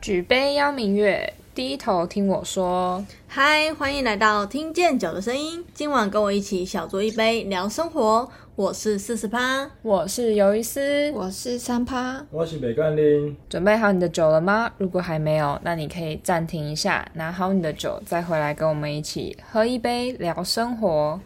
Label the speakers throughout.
Speaker 1: 举杯邀明月，低头听我说。
Speaker 2: 嗨，欢迎来到听见酒的声音。今晚跟我一起小酌一杯，聊生活。我是四十趴，
Speaker 1: 我是鱿鱼丝，
Speaker 3: 我是三趴，
Speaker 4: 我是北干林。
Speaker 1: 准备好你的酒了吗？如果还没有，那你可以暂停一下，拿好你的酒，再回来跟我们一起喝一杯，聊生活。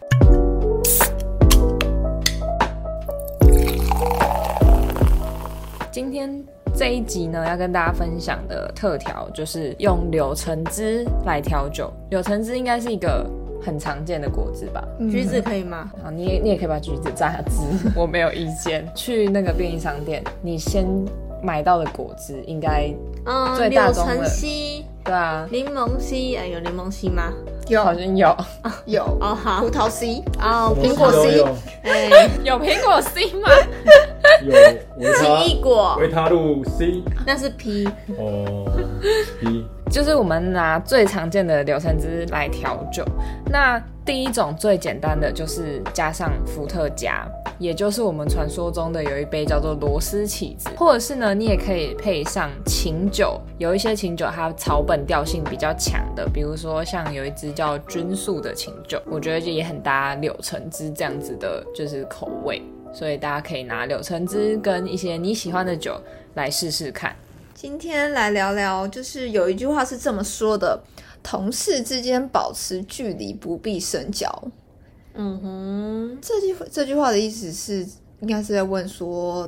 Speaker 1: 今天这一集呢，要跟大家分享的特调就是用柳橙汁来调酒。柳橙汁应该是一个很常见的果汁吧？
Speaker 2: 橘子可以吗？
Speaker 1: 啊，你也你也可以把橘子榨汁， 我没有意见。 去那个便利商店，你先买到的果汁应该最
Speaker 2: 嗯，
Speaker 1: 大
Speaker 2: 柳
Speaker 1: 宗的
Speaker 2: 橙烯、
Speaker 1: 对啊，
Speaker 2: 柠檬烯，哎，有柠檬烯吗？
Speaker 1: 好像有
Speaker 3: 有
Speaker 2: 哦，好
Speaker 3: 葡，萄 C，
Speaker 2: 哦，
Speaker 3: 苹果
Speaker 4: 都
Speaker 3: C
Speaker 4: 有
Speaker 2: 哎，
Speaker 1: 有苹果 C 吗？
Speaker 4: 有维
Speaker 2: 奇异
Speaker 4: 他
Speaker 2: 果，
Speaker 4: 维他露 C
Speaker 2: 那是 P，
Speaker 4: 哦 B
Speaker 1: 就是我们拿最常见的柳橙汁来调酒。那第一种最简单的就是加上伏特加，也就是我们传说中的有一杯叫做螺丝起子，或者是呢，你也可以配上琴酒。有一些琴酒它草本调性比较强的，比如说像有一支叫菌素的琴酒，我觉得也很搭柳橙汁这样子的，就是口味。所以大家可以拿柳橙汁跟一些你喜欢的酒来试试看。
Speaker 3: 今天来聊聊，就是有一句话是这么说的：同事之间保持距离，不必深交。
Speaker 2: 嗯哼，
Speaker 3: 这句这句话的意思是，应该是在问说，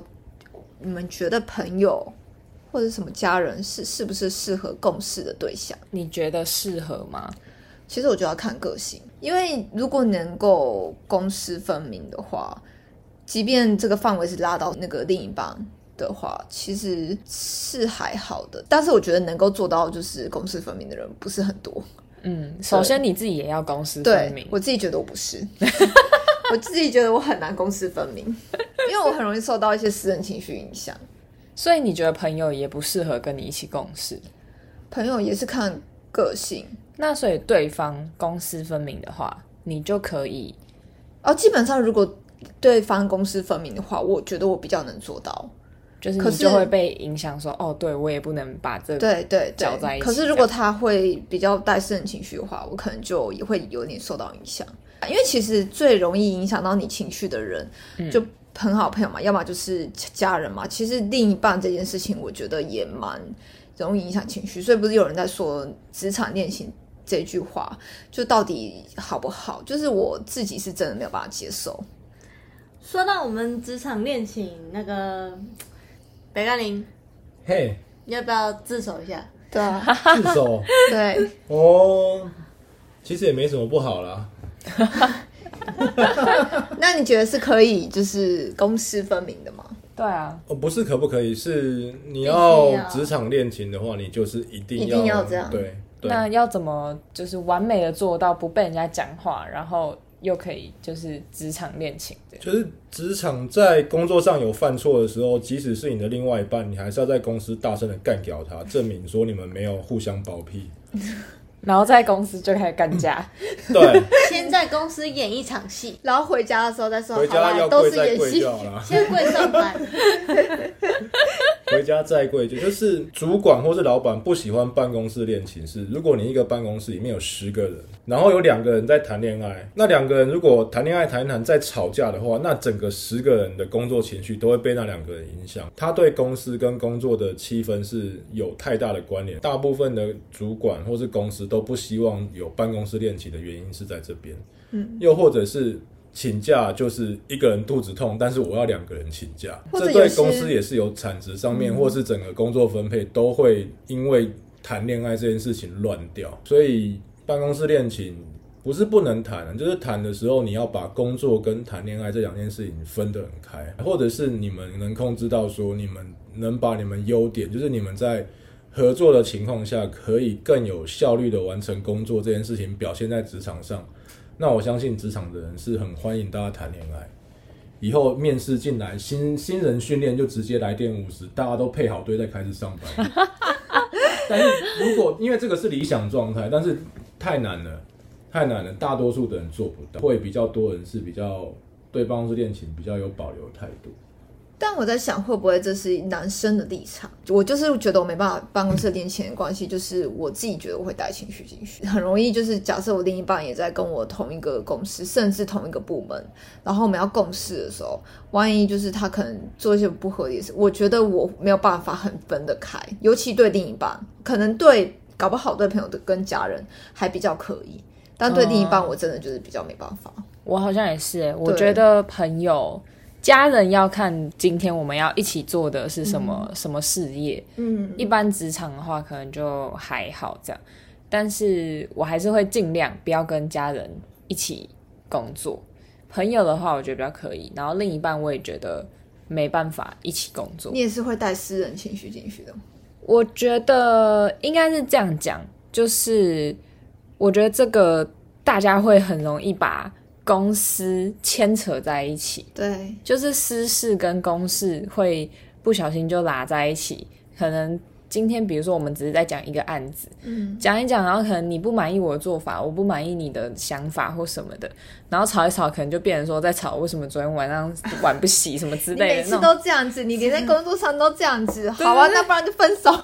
Speaker 3: 你们觉得朋友或者什么家人是是不是适合共事的对象？
Speaker 1: 你觉得适合吗？
Speaker 3: 其实我就要看个性，因为如果能够公私分明的话，即便这个范围是拉到那个另一半的话，其实是还好的。但是我觉得能够做到就是公私分明的人不是很多。
Speaker 1: 嗯，首先你自己也要公私分
Speaker 3: 对
Speaker 1: 明，
Speaker 3: 我自己觉得我不是， 我自己觉得我很难公私分明，因为我很容易受到一些私人情绪影响。
Speaker 1: 所以你觉得朋友也不适合跟你一起共事。
Speaker 3: 朋友也是看个性
Speaker 1: 那所以对方公私分明的话，你就可以
Speaker 3: 哦，基本上如果对方公私分明的话，我觉得我比较能做到。
Speaker 1: 就是
Speaker 3: 可
Speaker 1: 你
Speaker 3: 是
Speaker 1: 就会被影响说，哦，对我也不能把这个
Speaker 3: 对对
Speaker 1: 搅在一
Speaker 3: 对，
Speaker 1: 起
Speaker 3: 可是如果他会比较带私人情绪的话，我可能就也会有点受到影响，因为其实最容易影响到你情绪的人，
Speaker 1: 嗯
Speaker 3: 就很好朋友嘛，要么就是家人嘛。其实另一半这件事情，我觉得也蛮容易影响情绪，所以不是有人在说职场恋情。这句话就到底好不好？就是我自己是真的没有办法接受。
Speaker 2: 说到我们职场恋情，那个北甘林，
Speaker 4: 嘿，
Speaker 2: 你要不要自首一下？
Speaker 3: 对啊，
Speaker 4: 自首
Speaker 3: 对，
Speaker 4: 哦，其实也没什么不好啦。
Speaker 3: 那你觉得是可以就是公私分明的吗？
Speaker 1: 对啊，
Speaker 4: 哦，不是可不可以？是
Speaker 2: 必
Speaker 4: 你
Speaker 2: 须
Speaker 4: 要
Speaker 2: 要
Speaker 4: 职场恋情的话，你就是一定
Speaker 3: 一定要这样
Speaker 4: 对对，
Speaker 1: 那要怎么就是完美的做到不被人家讲话，然后又可以就是职场恋情的？
Speaker 4: 就是职场在工作上有犯错的时候，即使是你的另外一半，你还是要在公司大声的干掉他，证明说你们没有互相包庇。
Speaker 1: 然后在公司就开始干架，
Speaker 3: 嗯
Speaker 4: 对，
Speaker 2: 先在公司演一场戏，
Speaker 3: 然后回家的时候再说，
Speaker 4: 回
Speaker 3: 好
Speaker 4: 家
Speaker 3: 啦，
Speaker 4: 要
Speaker 3: 都
Speaker 4: 跪
Speaker 3: 是
Speaker 4: 再
Speaker 3: 演
Speaker 4: 跪
Speaker 3: 戏
Speaker 4: 就。好啦。
Speaker 2: 先跪上板，
Speaker 4: 回家再贵，就是主管或是老板不喜欢办公室恋情是，如果你一个办公室里面有十个人，然后有两个人在谈恋爱，那两个人如果谈恋爱谈一谈再吵架的话，那整个十个人的工作情绪都会被那两个人影响，他对公司跟工作的气氛是有太大的关联。大部分的主管或是公司都不希望有办公室恋情的原因是在这边，嗯，又或者是。请假就是一个人肚子痛，但是我要两个人请假，
Speaker 3: 或者
Speaker 4: 这对
Speaker 3: 有些嗯
Speaker 4: 公司也是有产值上面，或是整个工作分配都会因为谈恋爱这件事情乱掉。所以办公室恋情不是不能谈，啊就是谈的时候你要把工作跟谈恋爱这两件事情分得很开，或者是你们能控制到说你们能把你们优点，就是你们在。合作的情况下，可以更有效率的完成工作这件事情，表现在职场上。那我相信职场的人是很欢迎大家谈恋爱。以后面试进来，新新人训练就直接来电五十，大家都配好队再开始上班。 但是如果因为这个是理想状态，但是太难了，太难了，大多数的人做不到，会比较多人是比较对办公室恋情比较有保留态度。
Speaker 3: 但我在想，会不会这是男生的立场？我就是觉得我没办法，办公室恋情的关系，就是我自己觉得我会带情绪进去，很容易就是假设我另一半也在跟我同一个公司，甚至同一个部门，然后我们要共事的时候，万一就是他可能做一些不合理的事，我觉得我没有办法很分得开，尤其对另一半，可能对搞不好对朋友的跟家人还比较可以，但对另一半
Speaker 1: 哦
Speaker 3: 我真的就是比较没办法。
Speaker 1: 我好像也是、欸，我
Speaker 3: 对
Speaker 1: 觉得朋友、家人要看今天我们要一起做的是什么、什么事业。
Speaker 2: 嗯，
Speaker 1: 一般职场的话，可能就还好这样，但是我还是会尽量不要跟家人一起工作。朋友的话，我觉得比较可以，然后另一半我也觉得没办法一起工作
Speaker 3: 你。也是会带私人情绪进去的吗，
Speaker 1: 我觉得应该是这样讲，就是我觉得这个大家会很容易把公司牵扯在一起，
Speaker 3: 对，
Speaker 1: 就是私事跟公事会不小心就拉在一起。可能今天比如说我们只是在讲一个案子，
Speaker 3: 嗯，
Speaker 1: 讲一讲，然后可能你不满意我的做法，我不满意你的想法或什么的，然后吵一吵，可能就变成说在吵为什么昨天晚上碗不洗什么之
Speaker 3: 你
Speaker 1: 类
Speaker 3: 每
Speaker 1: 的
Speaker 3: 次
Speaker 1: 那种。
Speaker 3: 都这样子，你连在工作上都这样 子，好啊，
Speaker 1: 对对
Speaker 3: 那不然就分手。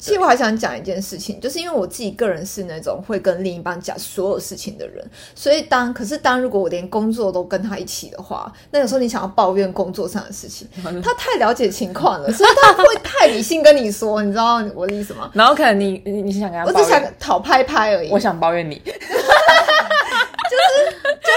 Speaker 3: 其实我还想讲一件事情，就是因为我自己个人是那种会跟另一半讲所有事情的人，所以当可是当如果我连工作都跟他一起的话，那有时候你想要抱怨工作上的 事情，他太了解情况了，所以他会太理性跟你说，你知道我的意思 吗？
Speaker 1: 然后可能你你你想跟他
Speaker 3: 我
Speaker 1: 抱
Speaker 3: 只想
Speaker 1: 怨，
Speaker 3: 讨拍拍而已。
Speaker 1: 我想抱怨你，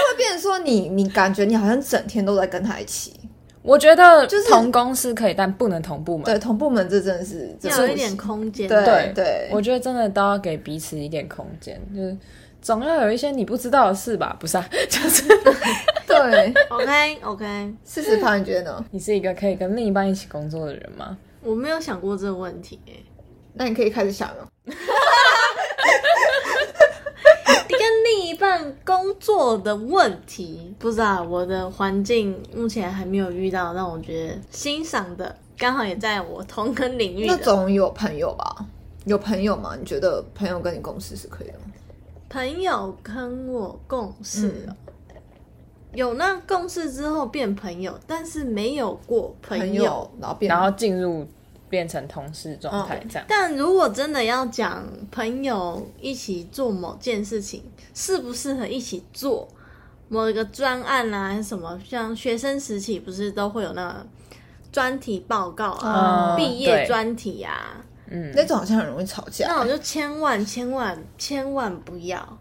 Speaker 3: 会变成说你，你感觉你好像整天都在跟他一起。
Speaker 1: 我觉得
Speaker 3: 就是
Speaker 1: 同公司可以，但不能同部门。
Speaker 3: 对，同部门这真的是，这
Speaker 2: 要有一点空间。
Speaker 3: 对
Speaker 1: 对
Speaker 3: 对
Speaker 1: 我觉得真的都要给彼此一点空间，就是总要有一些你不知道的事吧？不是啊， 就是
Speaker 3: 对。
Speaker 2: ，OK OK，
Speaker 3: 四十趴，你觉得呢？
Speaker 1: 你是一个可以跟另一半一起工作的人吗？
Speaker 2: 我没有想过这个问题耶、
Speaker 3: 那你可以开始想了。
Speaker 2: 你跟另一半工作的问题，不知道我的环境目前还没有遇到让我觉得欣赏的，刚好也在我同根领域
Speaker 3: 那
Speaker 2: 的
Speaker 3: 总有朋友吧？有朋友吗？你觉得朋友跟你共事是可以的吗？
Speaker 2: 朋友跟我共事、哦，有那共事之后变朋友，但是没有过
Speaker 3: 朋
Speaker 2: 朋友。
Speaker 3: 友，然后变，
Speaker 1: 然后进入变成同事状
Speaker 3: 嗯
Speaker 1: 态这样。
Speaker 2: 但如果真的要讲朋友一起做某件事情，适不适合一起做某一个专案啊，还是什么？像学生时期不是都会有那个专题报告啊、
Speaker 1: 嗯，
Speaker 2: 毕业
Speaker 1: 对
Speaker 2: 专题啊，
Speaker 1: 嗯，
Speaker 3: 那种好像很容易吵架。
Speaker 2: 那我就千万千万千万不要。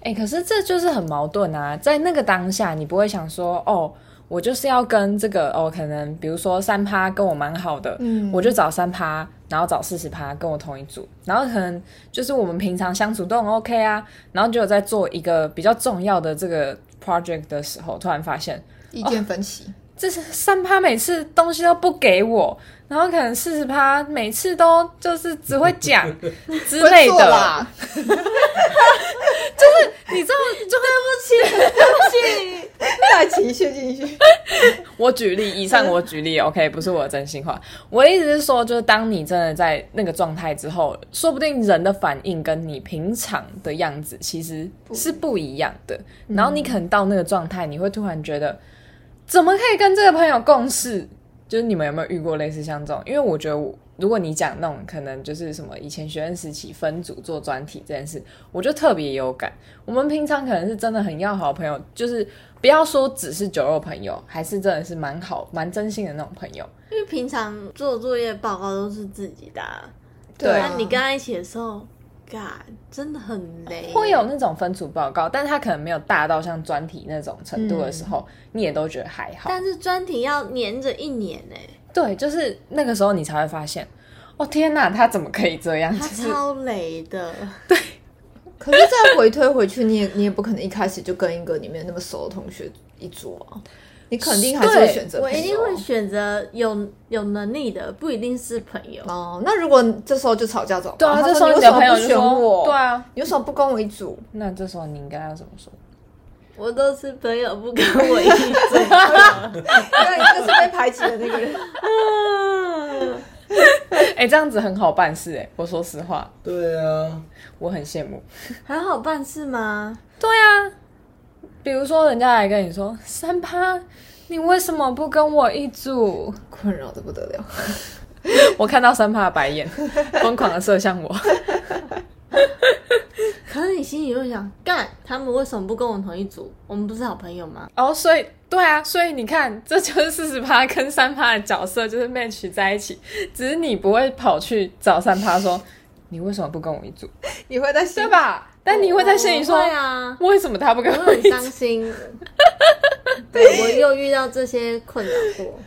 Speaker 1: 哎、可是这就是很矛盾啊！在那个当下，你不会想说，哦，我就是要跟这个哦，可能比如说三趴跟我蛮好的，
Speaker 3: 嗯
Speaker 1: 我就找三趴，然后找四十趴跟我同一组，然后可能就是我们平常相处都很 OK 啊，然后就在做一个比较重要的这个 project 的时候，突然发现
Speaker 3: 意见分歧，
Speaker 1: 这是三趴每次东西都不给我，然后可能四十趴每次都就是只会讲之类
Speaker 3: 分
Speaker 1: 的
Speaker 3: 错，啦。
Speaker 1: 你知道就会
Speaker 3: 带情绪进去，
Speaker 1: 我举例，以上我举例，OK，不是我的真心话。我的意思是说，就是当你真的在那个状态之后，说不定人的反应跟你平常的样子其实是不一样的。然后你可能到那个状态，你会突然觉得，怎么可以跟这个朋友共事？就是你们有没有遇过类似像这种？因为我觉得我，如果你讲那种可能就是什么以前学生时期分组做专题这件事，我就特别有感。我们平常可能是真的很要好的朋友，就是不要说只是酒肉朋友，还是真的是蛮好、蛮真心的那种朋友。
Speaker 2: 因为平常做作业报告都是自己的、啊，
Speaker 3: 对
Speaker 2: 那、
Speaker 3: 啊
Speaker 2: 你跟他一起的时候，嘎，真的很累。
Speaker 1: 会有那种分组报告，但他可能没有大到像专题那种程度的时
Speaker 3: 嗯
Speaker 1: 候，你也都觉得还好。
Speaker 2: 但是专题要粘欸着一年呢、
Speaker 1: 对，就是那个时候你才会发现，哦天哪，他怎么可以这样？
Speaker 2: 他
Speaker 1: 就是
Speaker 2: 超累的。
Speaker 3: 可是再回推回去，你也你也不可能一开始就跟一个你没有那么熟的同学一桌啊，你肯定还是会
Speaker 1: 对
Speaker 3: 选择
Speaker 2: 我
Speaker 3: 朋友啊。
Speaker 2: 一定会选择有有能力的，不一定是朋友。
Speaker 3: 哦，那如果这时候就吵架怎么
Speaker 1: 对
Speaker 3: 办？
Speaker 1: 啊，
Speaker 3: 哦他
Speaker 1: 这时候
Speaker 3: 说
Speaker 1: 你
Speaker 3: 你
Speaker 1: 的
Speaker 3: 为
Speaker 1: 朋友
Speaker 3: 什么不
Speaker 1: 就
Speaker 3: 选
Speaker 1: 说，
Speaker 3: 我？
Speaker 1: 对，啊，
Speaker 3: 你为什么不跟我一组？
Speaker 1: 那这时候你应该要怎么说？
Speaker 2: 我都是朋友不跟我一起做。
Speaker 3: 对，你就是被排挤的那个人。
Speaker 1: 哎、这样子很好办事哎、我说实话，
Speaker 4: 对啊，
Speaker 1: 我很羡慕。
Speaker 2: 还好办事吗？
Speaker 1: 对啊，比如说人家来跟你说三趴，你为什么不跟我一组？
Speaker 3: 困扰的不得了。
Speaker 1: 我看到三趴的白 眼，疯狂的射向我。
Speaker 2: 可是你心里就想，干，他们为什么不跟我同一组？我们不是好朋友吗？
Speaker 1: 哦，所以对啊，所以你看， 这就是四十趴跟三趴的角色就是 match 在一起，只是你不会跑去找三趴说你为什么不跟我一组，
Speaker 3: 你会在心
Speaker 1: 对？吧？但你会在心里说
Speaker 2: 我会啊，
Speaker 1: 为什么他不跟
Speaker 2: 我
Speaker 1: 我
Speaker 2: 很
Speaker 1: 一组？
Speaker 2: 伤心。 对，我又遇到这些困扰过。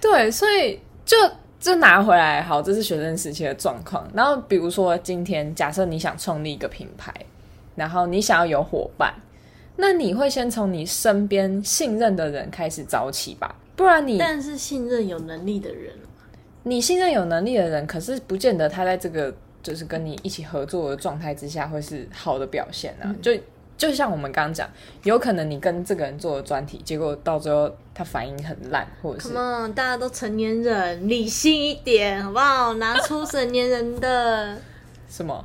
Speaker 1: 对，所以就就拿回来好，这是学生时期的状况。然后比如说今天，假设你想创立一个品牌，然后你想要有伙伴，那你会先从你身边信任的人开始找起吧，不然你
Speaker 2: 但是信任有能力的人，
Speaker 1: 你信任有能力的人，可是不见得他在这个就是跟你一起合作的状态之下会是好的表现啊。就就像我们刚刚讲，有可能你跟这个人做了专题，结果到最后他反应很烂，或者是
Speaker 2: Come on，大家都成年人，理性一点好不好？拿出成年人的，
Speaker 1: 什么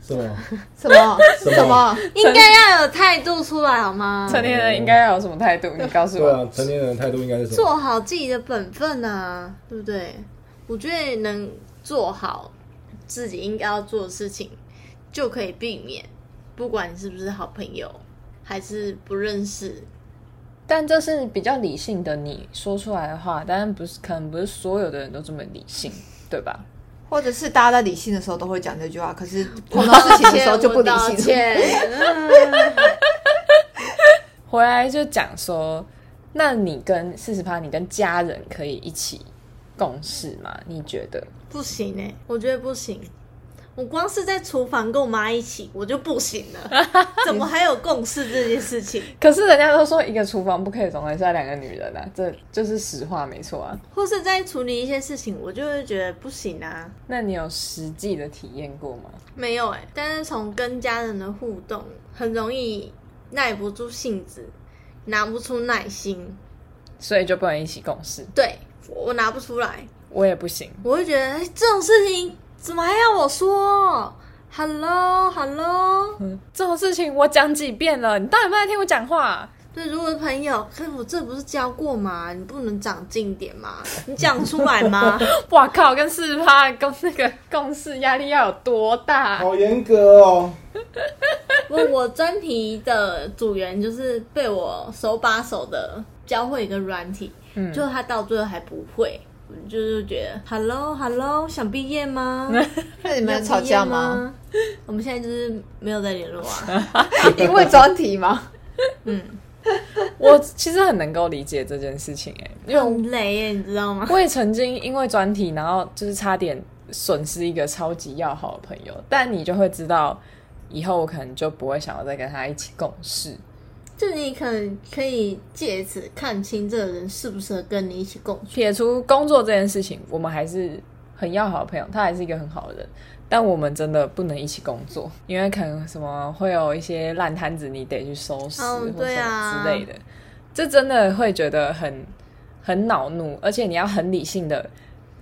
Speaker 4: 是 吗？
Speaker 3: 什么
Speaker 4: 么
Speaker 3: 什么？
Speaker 2: 应该要有态度出来好吗？
Speaker 1: 成年人应该要有什么态度？你告诉
Speaker 4: 对
Speaker 1: 我。
Speaker 4: 啊，成年人的态度应该是什么？
Speaker 2: 做好自己的本分啊，对不对？我觉得能做好自己应该要做的事情，就可以避免，不管你是不是好朋友，还是不认识，
Speaker 1: 但这是比较理性的你说出来的话，当然不是，可能不是所有的人都这么理性，对吧？
Speaker 3: 或者是大家在理性的时候都会讲这句话，可是碰到事情的时候就不理
Speaker 2: 道
Speaker 3: 性了。
Speaker 2: 歉。
Speaker 1: 回来就讲说，那你跟四十趴，你跟家人可以一起共事吗？你觉得？
Speaker 2: 不行哎、 我觉得不行。我光是在厨房跟我妈一起，我就不行 了。怎么还有共识这件事情？
Speaker 1: 可是人家都说一个厨房不可以容得下两个女人啊，这就是实话，没错啊。
Speaker 2: 或是在处理一些事情，我就会觉得不行啊。
Speaker 1: 那你有实际的体验过吗？
Speaker 2: 没有哎、但是从跟家人的互动，很容易耐不住性子，拿不出耐心。
Speaker 1: 所以就不能一起共事，
Speaker 2: 对我我拿不出来，
Speaker 1: 我也不行。
Speaker 2: 我会觉得哎这种事情怎么还要我说？Hello，Hello。
Speaker 1: 嗯，这种事情我讲几遍了，你到底有没有在听我讲话？啊
Speaker 2: 对，如果朋友，看我这不是教过吗？你不能长进一点吗？你讲出来吗？
Speaker 1: 哇靠，跟四十趴跟那个共事压力要有多大？
Speaker 4: 好严格哦，
Speaker 2: 我我专题的组员就是被我手把手的教会一个软体，
Speaker 1: 嗯
Speaker 2: 就他到最后还不会，我就是觉得 hello hello 想毕 业吗？
Speaker 3: 那你们
Speaker 2: 想
Speaker 3: 有吵
Speaker 2: 毕业
Speaker 3: 架吗？？
Speaker 2: 我们现在就是没有在联 络啊。嗯
Speaker 3: 因为专题吗？
Speaker 1: 我其实很能够理解这件事情、欸，因为我
Speaker 2: 很累耶，你知道吗？
Speaker 1: 我也曾经因为专题，然后就是差点损失一个超级要好的朋友，但你就会知道，以后我可能就不会想要再跟他一起共事。
Speaker 2: 就你可能可以借此看清这个人适不适合跟你一起共处。
Speaker 1: 撇除工作这件事情，我们还是很要好的朋友，他还是一个很好的人，但我们真的不能一起工作，因为可能什么会有一些烂摊子，你得去收拾
Speaker 2: 哦
Speaker 1: 或什
Speaker 2: 对
Speaker 1: 么
Speaker 2: 啊
Speaker 1: 之类的，这真的会觉得很很恼怒，而且你要很理性的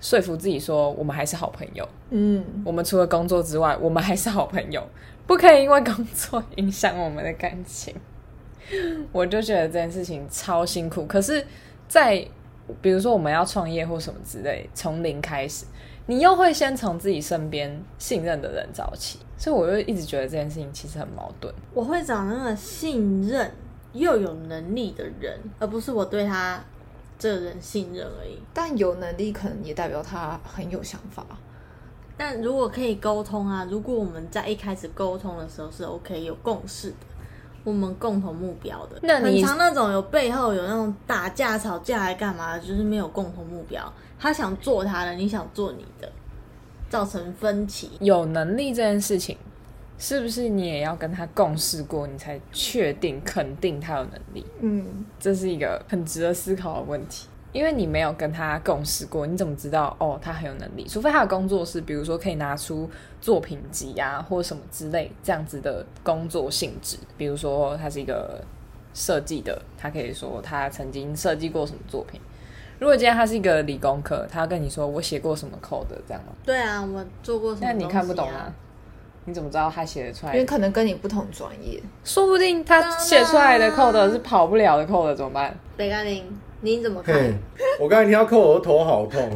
Speaker 1: 说服自己说，我们还是好朋友，
Speaker 3: 嗯，
Speaker 1: 我们除了工作之外，我们还是好朋友，不可以因为工作影响我们的感情。 我就觉得这件事情超辛苦，可是在，比如说我们要创业或什么之类，从零开始，你又会先从自己身边信任的人找起，所以我就一直觉得这件事情其实很矛盾。
Speaker 2: 我会找那个信任又有能力的人，而不是我对他这个人信任而已。
Speaker 3: 但有能力可能也代表他很有想法。
Speaker 2: 但如果可以沟通啊，如果我们在一开始沟通的时候是 OK 有共识的，我们共同目标的，
Speaker 1: 那你
Speaker 2: 很常那种有背后有那种打架吵架来干嘛，就是没有共同目标，他想做他的，你想做你的，造成分歧。
Speaker 1: 有能力这件事情，是不是你也要跟他共事过，你才确定肯定他有能力？
Speaker 3: 嗯，
Speaker 1: 这是一个很值得思考的问题，因为你没有跟他共事过，你怎么知道哦他很有能力？除非他的工作是比如说可以拿出作品集啊或什么之类这样子的工作性质，比如说他是一个设计的，他可以说他曾经设计过什么作品。如果今天他是一个理工科，他要跟你说我写过什么 code 这样吗？
Speaker 2: 对啊，我做过什么、
Speaker 1: 那
Speaker 2: 啊？
Speaker 1: 你看不懂啊？你怎么知道他写的出
Speaker 3: 因为
Speaker 1: 来？
Speaker 3: 可能跟你不同专业，
Speaker 1: 说不定 他写出来的 code 是跑不了的 code 怎么办？
Speaker 2: 北甘林，你怎么
Speaker 4: 嘿
Speaker 2: 看？，
Speaker 4: 我刚才听到扣，我的头好痛。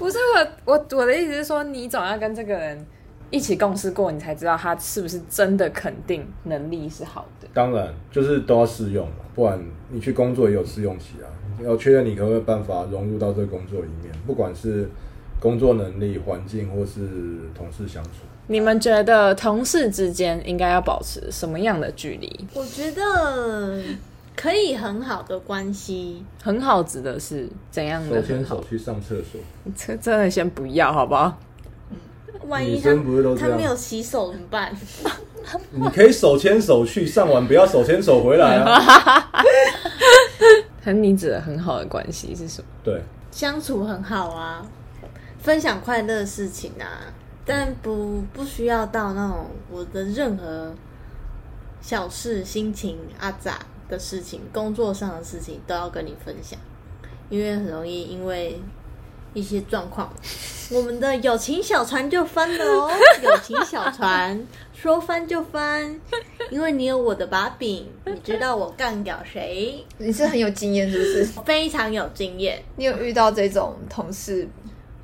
Speaker 1: 不是我，我我的意思是说，你总要跟这个人一起共事过，你才知道他是不是真的肯定能力是好的。
Speaker 4: 当然，就是都要试用嘛，不然你去工作也有试用期啊。要确认你可不可以办法融入到这个工作里面，不管是工作能力、环境或是同事相处。
Speaker 1: 你们觉得同事之间应该要保持什么样的距离？
Speaker 2: 我觉得可以很好的关系，
Speaker 1: 很好指的是怎样
Speaker 4: 手
Speaker 1: 的
Speaker 4: 牵
Speaker 1: 很好
Speaker 4: 手？去上厕所，
Speaker 1: 这真的先不要好不好？
Speaker 2: 万一
Speaker 4: 女
Speaker 2: 他
Speaker 4: 生不是都这
Speaker 2: 他
Speaker 4: 样
Speaker 2: 没有洗手怎么办？
Speaker 4: 你可以手牵手去上完，不要手牵手回来 啊。
Speaker 1: 和你指的很好的关系是什么？
Speaker 4: 对，
Speaker 2: 相处很好啊，分享快乐的事情啊，但不不需要到那种我的任何小事、心情、阿杂的事情、工作上的事情都要跟你分享，因为很容易因为一些状况，我们的友情小船就翻了哦，友情小船说翻就翻，因为你有我的把柄，你知道我干掉谁，
Speaker 3: 你是很有经验是不是？
Speaker 2: 非常有经验。
Speaker 3: 你有遇到这种同事？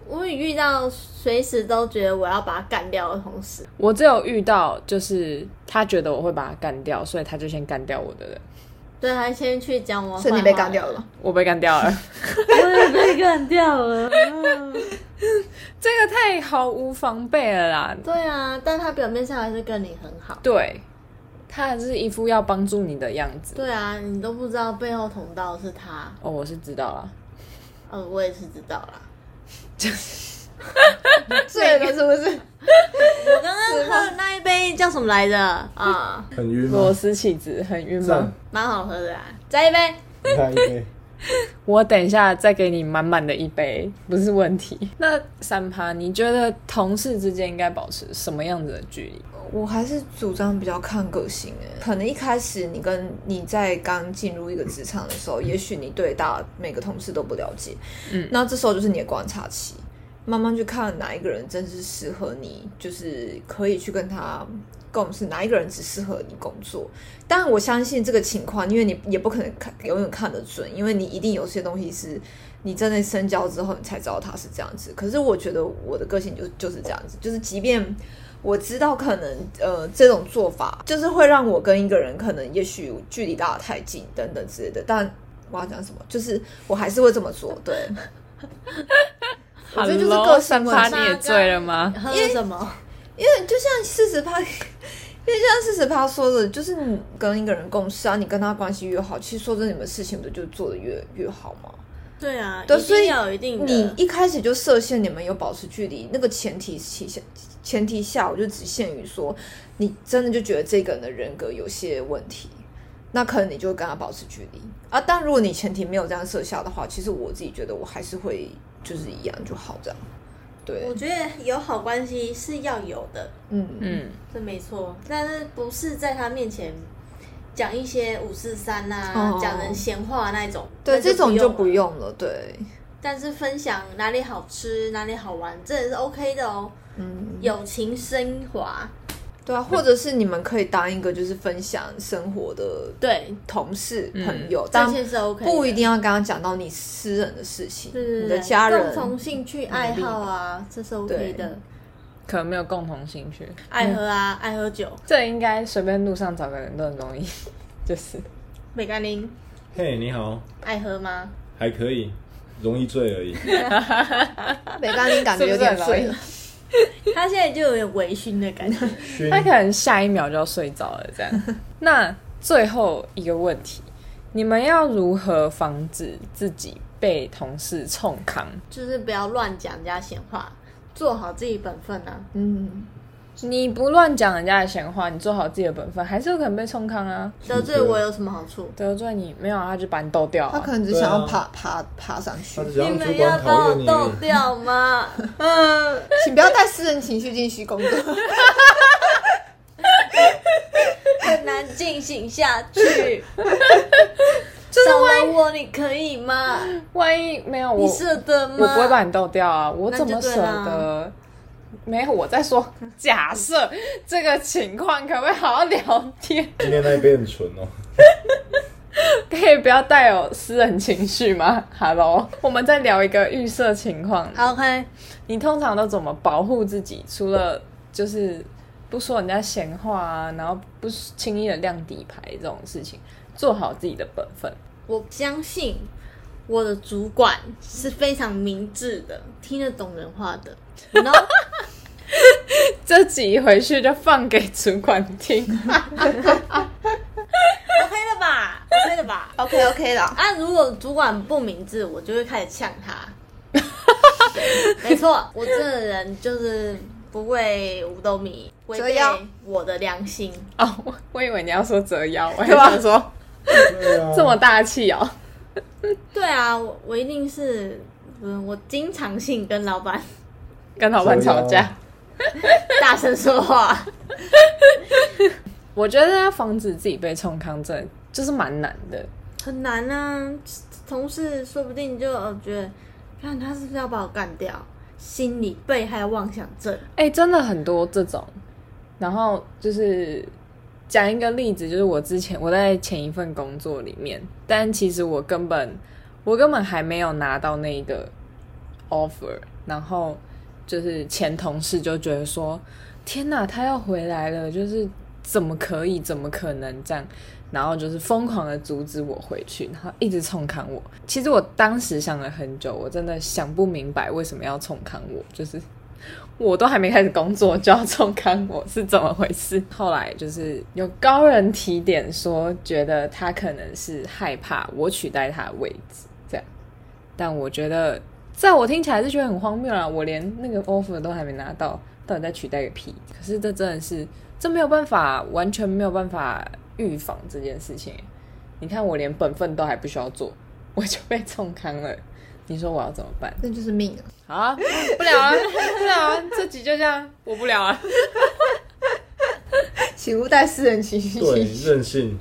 Speaker 2: 我也遇到随时都觉得我要把他干掉的同事，
Speaker 1: 我只有遇到就是他觉得我会把他干掉，所以他就先干掉我的人，
Speaker 2: 对他先去讲我，
Speaker 3: 所以你被干掉了吗，？
Speaker 1: 我被干掉了。
Speaker 2: 我也被干掉了。
Speaker 1: 这个太毫无防备了啦。
Speaker 2: 对啊，但他表面上还是跟你很好。
Speaker 1: 对，他还是一副要帮助你的样子。
Speaker 2: 对啊，你都不知道背后捅刀的是他，
Speaker 1: 哦，我是知道啦。
Speaker 2: 呃，我也是知道啦。
Speaker 3: 醉了是不是？
Speaker 2: 我刚刚喝的那一杯叫什么来着？ 啊、
Speaker 4: 很
Speaker 3: 嗯
Speaker 4: 晕
Speaker 1: 螺
Speaker 4: 吗？
Speaker 1: 丝起子很晕吗
Speaker 4: 赞？，
Speaker 2: 蛮好喝的啊，再一杯。
Speaker 4: 你看一杯。
Speaker 1: 我等一下再给你满满的一杯，不是问题。那三趴，你觉得同事之间应该保持什么样子的距离？
Speaker 3: 我还是主张比较看个性诶、可能一开始你跟你在刚进入一个职场的时候，也许你对大每个同事都不了解，
Speaker 1: 嗯
Speaker 3: 那这时候就是你的观察期，慢慢去看哪一个人真是适合你，就是可以去跟他共事，哪一个人只适合你工作。但我相信这个情况，因为你也不可能看永远看得准，因为你一定有些东西是你真的深交之后你才知道他是这样子。可是我觉得我的个性就就是这样子，就是即便我知道可能呃这种做法就是会让我跟一个人可能也许距离拉得太近等等之类的，但我要讲什么，就是我还是会这么做，对。我觉得就是个
Speaker 1: Hello，
Speaker 3: 性问
Speaker 1: 三
Speaker 3: 题
Speaker 1: 趴你也醉了吗？
Speaker 2: 喝了什么？
Speaker 3: 因为就像四十趴，因为就像四十趴说的，就是你跟一个人共事啊，你跟他关系越好，其实说真的，你们事情不就做的越越好吗？
Speaker 2: 对啊，
Speaker 3: 对
Speaker 2: 一定
Speaker 3: 所以
Speaker 2: 要有一定的
Speaker 3: 你一开始就设限，你们有保持距离，那个前提期限前提下，我就只限于说，你真的就觉得这个人的人格有些问题，那可能你就会跟他保持距离啊。但如果你前提没有这样设下的话，其实我自己觉得我还是会就是一样就好这样。对
Speaker 2: 我，觉得有好关系是要有的，
Speaker 3: 嗯嗯，
Speaker 1: 嗯，
Speaker 2: 这没错，但是不是在他面前讲一些五四三
Speaker 3: 哦
Speaker 2: 呐，讲人闲话那一种，
Speaker 3: 对，
Speaker 2: 那就
Speaker 3: 这种就不
Speaker 2: 了。
Speaker 3: 用了，对，
Speaker 2: 但是分享哪里好吃、哪里好玩，这也是 OK 的哦。
Speaker 3: 嗯。
Speaker 2: 友情升华，
Speaker 3: 对啊，或者是你们可以当一个就是分享生活的
Speaker 2: 对，
Speaker 3: 同事、
Speaker 1: 嗯
Speaker 3: 朋友，
Speaker 2: 这
Speaker 3: 但
Speaker 2: 些是 OK，的
Speaker 3: 不一定。要跟他讲到你私人的事情，
Speaker 2: 对对对，
Speaker 3: 你的家
Speaker 2: 共。
Speaker 3: 人
Speaker 2: 同兴趣爱好啊，这是 OK 的。
Speaker 1: 可能没有共同兴趣，
Speaker 2: 爱喝啊，爱喝酒，
Speaker 1: 这应该随便路上找个人都很容易， 就是
Speaker 2: 美甘霖
Speaker 4: 嘿，你好，
Speaker 2: 爱喝 吗？
Speaker 4: 还可以，容易醉 而已。
Speaker 3: 北干你感觉有点醉了，
Speaker 2: 他现在就有点微醺的感觉。
Speaker 4: 熏
Speaker 1: 他可能下一秒就要睡着了，这 样。那最后一个问题，你们要如何防止自己被同事冲康？
Speaker 2: 就是不要乱讲人家闲话，做好自己本分啊。
Speaker 3: 嗯，
Speaker 1: 你不乱讲人家的闲话，你做好自己的本分，还是有可能被冲康啊。
Speaker 2: 得罪我有什么好处？
Speaker 1: 得罪你没有啊，他就把你斗掉、
Speaker 3: 他
Speaker 1: 啊
Speaker 3: 可。能只想要
Speaker 4: 对啊
Speaker 3: 爬、爬爬上去
Speaker 4: 他，只
Speaker 2: 你
Speaker 4: 让主
Speaker 2: 们要
Speaker 4: 管
Speaker 2: 把
Speaker 4: 讨
Speaker 2: 我
Speaker 4: 厌你而
Speaker 2: 斗
Speaker 4: 已。
Speaker 2: 掉吗？ 嗯，
Speaker 3: 请不要带私人情绪进去工作。
Speaker 2: 很难进行下去。少了我，你可以吗？
Speaker 1: 万一没有
Speaker 2: 你
Speaker 1: 我，
Speaker 2: 舍得吗？
Speaker 1: 我不会把你倒掉啊，我
Speaker 2: 那
Speaker 1: 怎
Speaker 2: 就
Speaker 1: 么
Speaker 2: 对
Speaker 1: 舍
Speaker 2: 啦
Speaker 1: 得？没有，我在说假设这个情况，可不可以好好聊天？
Speaker 4: 今天那一杯很纯哦，
Speaker 1: 可以不要带有私人情绪吗？Hello，我 们再聊一个预设情况，
Speaker 2: 好 OK，
Speaker 1: 你通常都怎么保护自己？除了就是不说人家闲话啊，然后不轻易的亮底牌这种事情，做好自己的本分。
Speaker 2: 我相信我的主管是非常明智的，听得懂人话的。然 后
Speaker 1: 这集回去就放给主管 听。
Speaker 2: OK 了吧？OK 了吧？
Speaker 3: OK OK 啦，
Speaker 2: 啊，如果主管不明智，我就会开始呛他。没错，我这个人就是不为五斗米，违
Speaker 3: 折
Speaker 2: 背
Speaker 3: 腰
Speaker 2: 我的良心。
Speaker 1: 哦，我我以为你要说折腰，我还想说
Speaker 4: 对啊，
Speaker 1: 这么大气哦。
Speaker 2: 对啊，我我一定是，嗯，我经常性跟老板
Speaker 1: 跟老板吵
Speaker 4: 折腰
Speaker 1: 架。
Speaker 2: 大声说话。
Speaker 1: 我觉得要防止自己被冲康，这就是蛮难的。
Speaker 2: 很难啊，同事说不定就呃觉得，看他是不是要把我干掉，心理被害妄想症。
Speaker 1: 哎、真的很多这种。然后就是讲一个例子，就是我之前我在前一份工作里面，但其实我根本我根本还没有拿到那一个 offer，然后就是前同事就觉得说：“天哪，他要回来了！”就是怎么可以，怎么可能这样？然后就是疯狂的阻止我回去，然后一直冲康我。其实我当时想了很久，我真的想不明白为什么要冲康我，就是我都还没开始工作就要重看我是怎么回事？ 后来就是有高人提点说，觉得他可能是害怕我取代他的位置，这样。但我觉得，在我听起来是觉得很荒谬啦，我连那个 offer 都还没拿到，到底在取代个屁？可是这真的是，这没有办法，完全没有办法预防这件事情。你看，我连本分都还不需要做，我就被重康了。你说我要怎么办？
Speaker 3: 那就是命啊。
Speaker 1: 好、啊，不聊了，不聊了，这集就这样，我不聊了。
Speaker 3: 请勿带私人情绪。
Speaker 4: 对任性，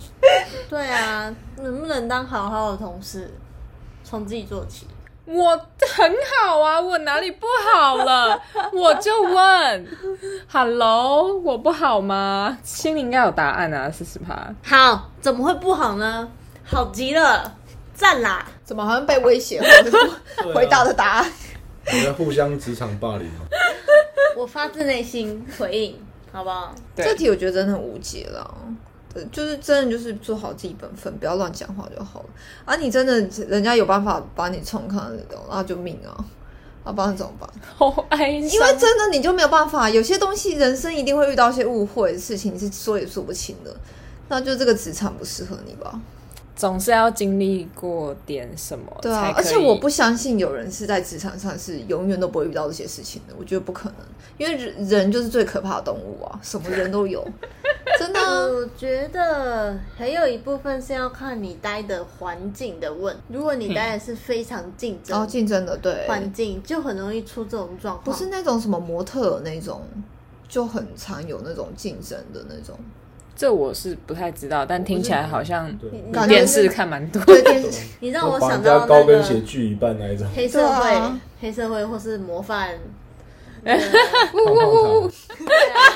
Speaker 2: 对啊，能不能当好好的同事，从自己做起？
Speaker 1: 我很好啊，我哪里不好了？我就问，Hello，我不好吗？心里应该有答案啊，四十趴。
Speaker 2: 好，怎么会不好呢？好极了，赞啦！
Speaker 3: 怎么好像被威胁 或者是
Speaker 4: 对啊
Speaker 3: 回答的答案？
Speaker 4: 你在互相职场霸凌吗？
Speaker 2: 我发自内心回应，好不好？
Speaker 1: 对
Speaker 3: 这题我觉得真的很无解了。对，就是真的就是做好自己本分，不要乱讲话就好了。啊，你真的人家有办法把你冲康那种，那就命啊，啊，不然怎么办？
Speaker 1: 好哀伤，
Speaker 3: 因为真的你就没有办法，有些东西人生一定会遇到一些误会的事情，你是说也说不清的。那就这个职场不适合你吧。
Speaker 1: 总是要经历过点什么
Speaker 3: 对啊
Speaker 1: 才，可
Speaker 3: 而
Speaker 1: 以
Speaker 3: 且我不相信有人是在职场上是永远都不会遇到这些事情的，我觉得不可能，因为人人就是最可怕的动物啊，什么人 都有，真的啊、
Speaker 2: 我觉得还有一部分是要看你待的环境的问。如果你待的是非常嗯哦竞
Speaker 3: 然
Speaker 2: 争
Speaker 3: 后哦竞争的对，
Speaker 2: 环境，就很容易出这种状况。
Speaker 3: 不是那种什么模特儿那种，就很常有那种竞争的那种，
Speaker 1: 这我是不太知道，但听起来好像
Speaker 4: 对，啊
Speaker 2: 你
Speaker 3: 感觉
Speaker 1: 电视看蛮多。
Speaker 3: 对电视
Speaker 2: 你让我想
Speaker 4: 把人
Speaker 2: 到
Speaker 4: 家
Speaker 2: 那
Speaker 4: 高
Speaker 2: 个
Speaker 4: 跟鞋锯一半那 一种，
Speaker 2: 黑社会、
Speaker 3: 对啊
Speaker 2: 黑社会或是模范，
Speaker 4: 胖胖糖
Speaker 2: 对啊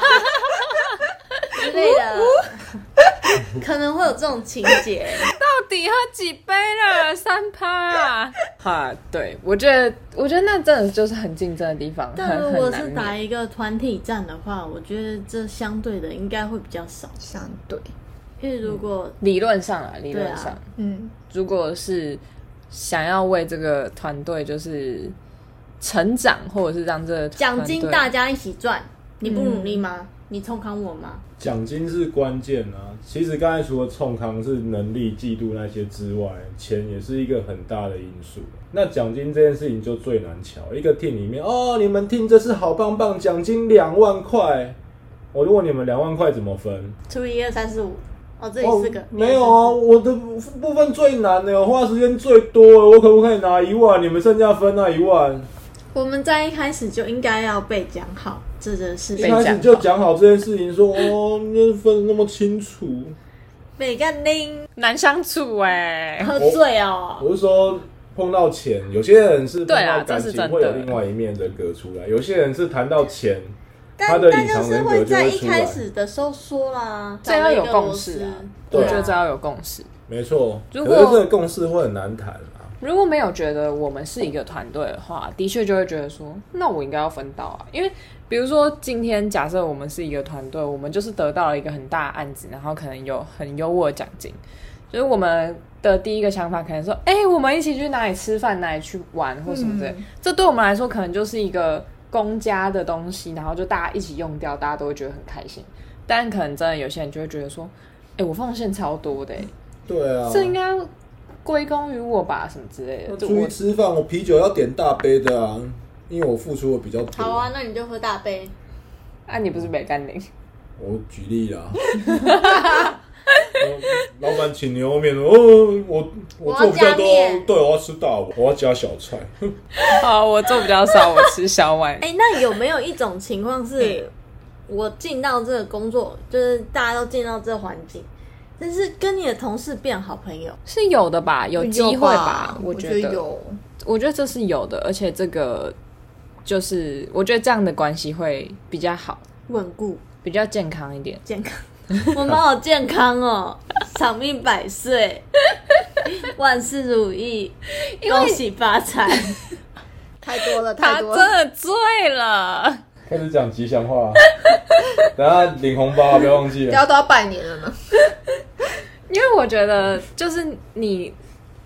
Speaker 2: 之类的，可能会有这种情节。
Speaker 1: 到底喝几杯了？三趴啊！ 哈，对我觉得，我觉得那真的就是很竞争的地方，
Speaker 2: 但如
Speaker 1: 很
Speaker 2: 果
Speaker 1: 很
Speaker 2: 是
Speaker 1: 难
Speaker 2: 打
Speaker 1: 免。
Speaker 2: 一个团体战的话，我觉得这相对的应该会比较少，
Speaker 3: 相对，
Speaker 2: 因为
Speaker 1: 嗯
Speaker 2: 如果
Speaker 1: 理论上啊，理论
Speaker 2: 对啊
Speaker 1: 上，
Speaker 3: 嗯，
Speaker 1: 如果是想要为这个团队就是成长，或者是让这个团
Speaker 2: 奖
Speaker 1: 队嗯
Speaker 2: 金大家一起赚，你不努力吗？你冲康我吗？
Speaker 4: 奖金是关键啊。其实刚才除了冲康是能力、嫉妒那些之外，钱也是一个很大的因素。那奖金这件事情就最难瞧。一个 team 里面，哦，你们 team 这次好棒棒，奖金两万块。我就问你们两万块怎么分？
Speaker 2: 除以一二三四五，哦，这里
Speaker 4: 哦
Speaker 2: 四个，，
Speaker 1: 啊
Speaker 4: 没有哦，我的部分最难的，我花时间最多了，我可不可以拿一万？你们剩下分那一万？
Speaker 2: 我们在一开始就应该要被讲好这件事
Speaker 4: 一
Speaker 1: 被
Speaker 2: 情。
Speaker 4: 开始就讲好这件事情说哦，那分得那么清楚，
Speaker 2: 每个拎
Speaker 1: 难相处哎、
Speaker 2: 喝醉哦，
Speaker 4: 我是说碰到钱，有些人是碰
Speaker 1: 对啊
Speaker 4: 到感
Speaker 1: 这是
Speaker 4: 情
Speaker 1: 真的
Speaker 4: 会有另外一面人格出来，有些人是谈到钱，他
Speaker 2: 但
Speaker 4: 的
Speaker 2: 但
Speaker 4: 隐
Speaker 2: 就
Speaker 4: 藏
Speaker 2: 是
Speaker 4: 人格就
Speaker 2: 在
Speaker 4: 会
Speaker 2: 一
Speaker 4: 出来
Speaker 2: 开。始的时候说啦，
Speaker 1: 这要有
Speaker 2: 找了一个
Speaker 1: 共识啊
Speaker 2: 螺丝
Speaker 4: 对
Speaker 1: 我
Speaker 4: 啊
Speaker 1: 觉得这要有共识。
Speaker 4: 没错，
Speaker 1: 如
Speaker 4: 可
Speaker 1: 果
Speaker 4: 是这个共识会很难谈啊。
Speaker 1: 如果没有觉得我们是一个团队的话，的确就会觉得说，那我应该要分到啊。因为比如说今天假设我们是一个团队，我们就是得到了一个很大的案子，然后可能有很优渥的奖金，所以我们的第一个想法可能说，哎、我们一起去哪里吃饭，哪里去玩或什么之类。这对我们来说可能就是一个公家的东西，然后就大家一起用掉，大家都会觉得很开心。但可能真的有些人就会觉得说，哎、我奉献超多的、欸
Speaker 4: 对啊，
Speaker 1: 这应该要归功于我吧，什么之类的。
Speaker 4: 那
Speaker 1: 就
Speaker 4: 出
Speaker 1: 我
Speaker 4: 去吃饭，我啤酒要点大杯的啊，因为我付出的比较多。
Speaker 2: 好啊，，那你就喝大杯。
Speaker 1: 啊，你不是北干林？
Speaker 4: 我举例 啦。老老板请牛肉面哦，我我做比较
Speaker 2: 我要
Speaker 4: 多
Speaker 2: 加面，
Speaker 4: 对，我要吃大碗，我要加小菜。
Speaker 1: 好，我做比较少，我吃小 碗。
Speaker 2: 哎、那有没有一种情况是，我进到这个工作，就是大家都进到这个环境，但是跟你的同事变好朋友，
Speaker 1: 是有的吧，有机会吧？
Speaker 3: 我
Speaker 1: 觉得，
Speaker 3: 有。
Speaker 1: 我觉得这是有的，而且这个就是，我觉得这样的关系会比较好，
Speaker 2: 稳固
Speaker 1: 比较健康一点。
Speaker 2: 健康。我们好健康哦，长命百岁，万事如意，恭喜发财。
Speaker 3: 太多了，
Speaker 1: 他
Speaker 3: 太
Speaker 1: 啊真
Speaker 3: 多了。
Speaker 1: 的醉了，
Speaker 4: 开始讲吉祥话， 等下领红包，啊不要忘记
Speaker 3: 大。家都要拜年了呢，
Speaker 1: 因为我觉得就是你，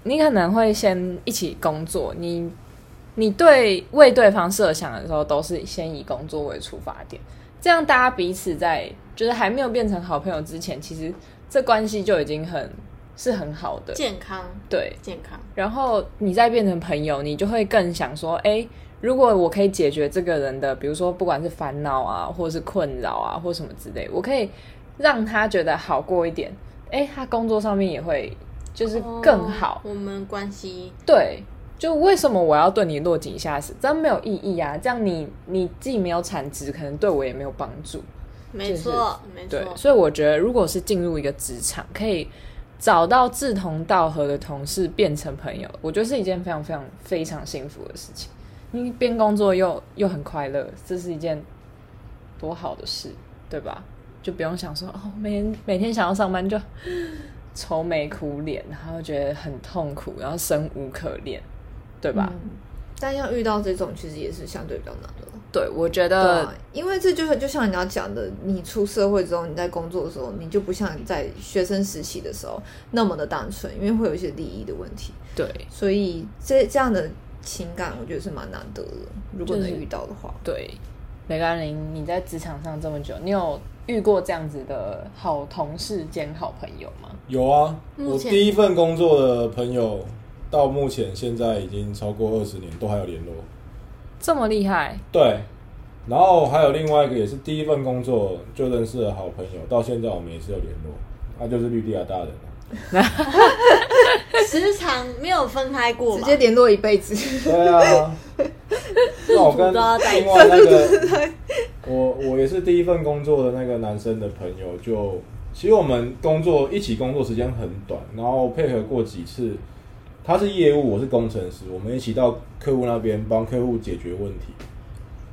Speaker 1: 你可能会先一起工作，你你对为对方设想的时候，都是先以工作为出发点，这样大家彼此在就是还没有变成好朋友之前，其实这关系就已经很是很好的，
Speaker 2: 健康，
Speaker 1: 对。
Speaker 2: 健康，
Speaker 1: 然后你再变成朋友，你就会更想说，哎，如果我可以解决这个人的，比如说不管是烦恼啊，或者是困扰啊，或什么之类，我可以让他觉得好过一点，哎，他工作上面也会就是更好
Speaker 2: 哦。我们关系
Speaker 1: 对，就为什么我要对你落井下石，真没有意义啊！这样你你既没有产值，可能对我也没有帮助。
Speaker 2: 没错，没
Speaker 1: 对，
Speaker 2: 错。
Speaker 1: 所以我觉得，如果是进入一个职场，可以找到志同道合的同事变成朋友，我觉得是一件非常非常非常幸福的事情。你边工作又又很快乐，这是一件多好的事，对吧？就不用想说哦，每天每天想要上班就愁眉苦脸，然后觉得很痛苦，然后生无可恋，对吧？
Speaker 2: 嗯
Speaker 3: 但要遇到这种，其实也是相对比较难的了。
Speaker 1: 对，我觉得
Speaker 3: 呃、
Speaker 2: 啊
Speaker 3: 因为这就是就像人家讲的，你出社会之后，你在工作的时候，你就不像你在学生时期的时候那么的单纯，因为会有一些利益的问题，
Speaker 1: 对
Speaker 3: 所以这这样的情感，我觉得是蛮难得的。如果能
Speaker 1: 就是
Speaker 3: 遇到的话，
Speaker 1: 对，梅甘琳，你在职场上这么久，你有遇过这样子的好同事兼好朋友吗？
Speaker 4: 有啊，
Speaker 2: 目
Speaker 4: 我
Speaker 2: 前
Speaker 4: 第一份工作的朋友，到目前现在已经超过二十年，都还有联络。
Speaker 1: 这么厉害，
Speaker 4: 对，然后还有另外一个也是第一份工作就认识的好朋友，到现在我们也是有联络，他就是绿地亚大人啊。
Speaker 2: 时常没有分开过
Speaker 3: 直
Speaker 2: 吧？
Speaker 3: 接联络一辈子，
Speaker 4: 对啊，那我跟
Speaker 2: 都要带
Speaker 4: 另外那个，我我也是第一份工作的那个男生的朋友就，其实我们工作一起工作时间很短，然后配合过几次，他是业务，我是工程师，我们一起到客户那边帮客户解决问题，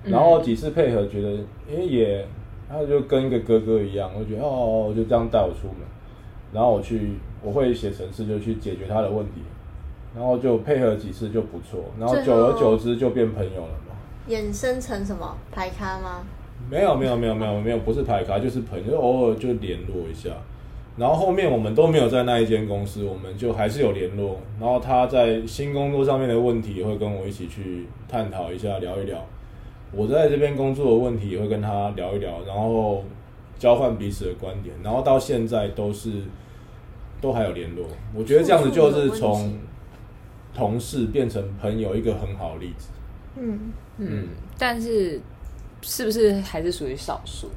Speaker 2: 嗯
Speaker 4: 然后几次配合，觉得因为也他就跟一个哥哥一样，我就觉得哦，就这样带我出门，然后我去我会写程式，就去解决他的问题。然后就配合几次就不错，然后
Speaker 2: 最后
Speaker 4: 久而久之就变朋友了嘛。
Speaker 2: 衍生成什么排咖吗？
Speaker 4: 没有没有没有没有没有，不是排卡，就是朋友，就偶尔就联络一下。然后后面我们都没有在那一间公司，我们就还是有联络。然后他在新工作上面的问题也会跟我一起去探讨一下，聊一聊。我在这边工作的问题也会跟他聊一聊，然后交换彼此的观点。然后到现在都是都还有联络。我觉得这样子就是
Speaker 2: 处处有温
Speaker 4: 从
Speaker 2: 情
Speaker 4: 同事变成朋友一个很好的例子。
Speaker 3: 嗯，
Speaker 1: 嗯，但是是不是还是属于少数？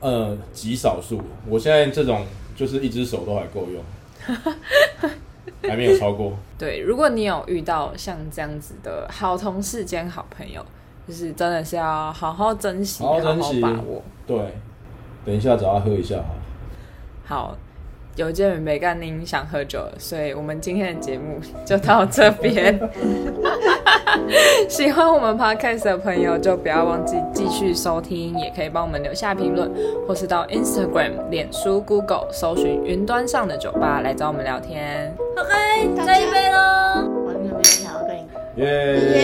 Speaker 4: 呃，极少数。我现在这种就是一只手都还够用，还没有超过。
Speaker 1: 对，如果你有遇到像这样子的好同事兼好朋友，就是真的是要好好珍惜，
Speaker 4: 好
Speaker 1: 好
Speaker 4: 好珍惜
Speaker 1: 把握。
Speaker 4: 对，等一下找他喝一下好了。
Speaker 1: 好，有一件人没干，您想喝酒了，所以我们今天的节目 就到这边。 喜欢我们 podcast 的朋友，就不要忘记继续收听，也可以帮我们留下评论，或是到 Instagram、脸书、Google 搜寻“云端上的酒吧”来找我们聊天。
Speaker 2: 哦 OK，再一杯喽！完全没有想要跟你
Speaker 4: 耶。